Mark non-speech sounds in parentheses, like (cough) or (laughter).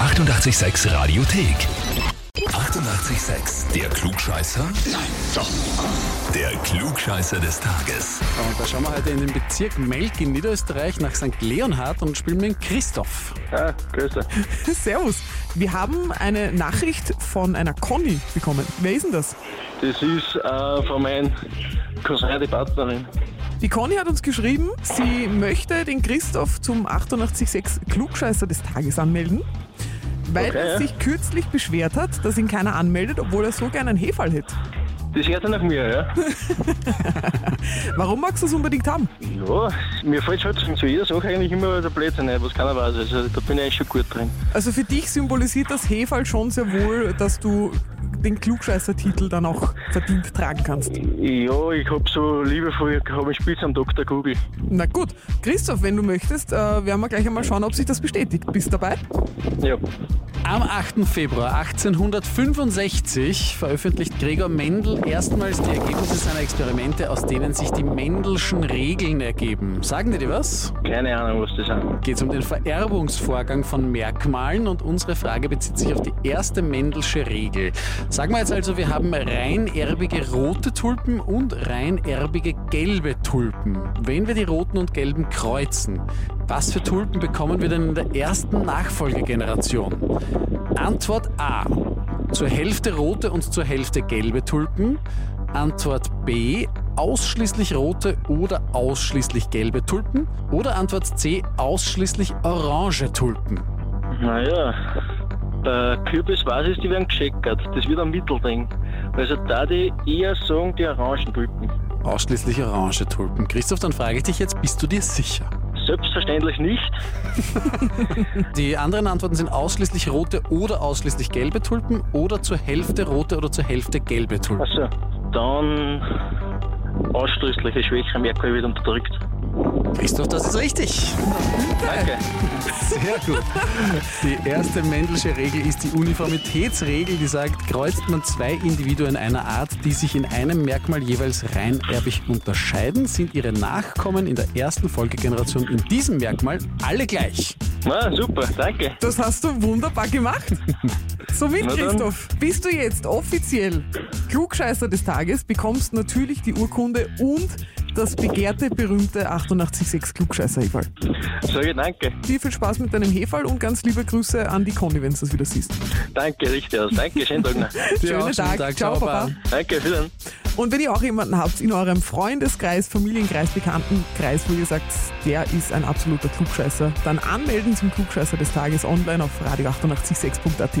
886 Radiothek. 88,6. Der Klugscheißer? Nein, doch. Der Klugscheißer des Tages. Und da schauen wir heute in den Bezirk Melk in Niederösterreich nach St. Leonhard und spielen mit Christoph. Ja, grüße. Servus. Wir haben eine Nachricht von einer Conny bekommen. Wer ist denn das? Das ist äh, von meinem Cousin, die Partnerin. Die Conny hat uns geschrieben, sie möchte den Christoph zum 886 Klugscheißer des Tages anmelden, weil Okay, er ja. sich kürzlich beschwert hat, dass ihn keiner anmeldet, obwohl er so gerne einen Hefall hätte. Das hört er nach mir, ja? Warum magst du es unbedingt haben? Ja, mir fällt schon zu jeder Sache eigentlich immer der Blödsinn ein, was keiner weiß. Also da bin ich eigentlich schon gut drin. Also für dich symbolisiert das Hefall schon sehr wohl, dass du den Klugscheißer-Titel dann auch verdient tragen kannst. Ja, ich hab so liebevoll, ich hab einen Spitznamen Dr. Google. Na gut, Christoph, wenn du möchtest, äh, werden wir gleich einmal schauen, ob sich das bestätigt. Bist dabei? Ja, Am 8. Februar 1865 veröffentlicht Gregor Mendel erstmals die Ergebnisse seiner Experimente, aus denen sich die Mendelschen Regeln ergeben. Sagen dir die was? keine Ahnung, was das sind. geht es um den Vererbungsvorgang von Merkmalen und unsere Frage bezieht sich auf die erste Mendelsche Regel. Sagen wir jetzt also, wir haben reinerbige rote Tulpen und reinerbige gelbe Tulpen. Wenn wir die roten und gelben kreuzen, was für Tulpen bekommen wir denn in der ersten Nachfolgegeneration? Antwort A. Zur Hälfte rote und zur Hälfte gelbe Tulpen. Antwort B. Ausschließlich rote oder ausschließlich gelbe Tulpen. Oder Antwort C. Ausschließlich orange Tulpen. Naja, der Kürbis weiß es, die werden gescheckert. Das wird ein Mittelding. Also da die eher sagen, die Orangentypen. Ausschließlich orange Tulpen. Christoph, dann frage ich dich jetzt, bist du dir sicher? Selbstverständlich nicht. Die anderen Antworten sind ausschließlich rote oder ausschließlich gelbe Tulpen oder zur Hälfte rote oder zur Hälfte gelbe Tulpen. Achso, Also, dann ausschließliche schwächere Merkur wird unterdrückt. Christoph, das ist richtig. Danke. Sehr gut. Die erste Mendelsche Regel ist die Uniformitätsregel, die sagt, kreuzt man zwei Individuen einer Art, die sich in einem Merkmal jeweils reinerbig unterscheiden, sind ihre Nachkommen in der ersten Folgegeneration in diesem Merkmal alle gleich. Na, super, danke. Das hast du wunderbar gemacht. (laughs) Somit, Na dann. Christoph, bist du jetzt offiziell Klugscheißer des Tages, bekommst natürlich die Urkunde und das begehrte, berühmte 886 klugscheißer hefall Sage danke. Dir viel Spaß mit deinem Hefall und ganz liebe Grüße an die Conny, wenn du das wieder siehst. Danke, richtig aus. Danke, schönen Tag noch. Schönen auch, schönen Tag. Tag. Ciao, Ciao, Papa. Baba. Danke, vielen Und wenn ihr auch jemanden habt in eurem Freundeskreis, Familienkreis, Bekanntenkreis, wo ihr sagt, der ist ein absoluter Klugscheißer, dann anmelden zum Klugscheißer des Tages online auf radio886.at.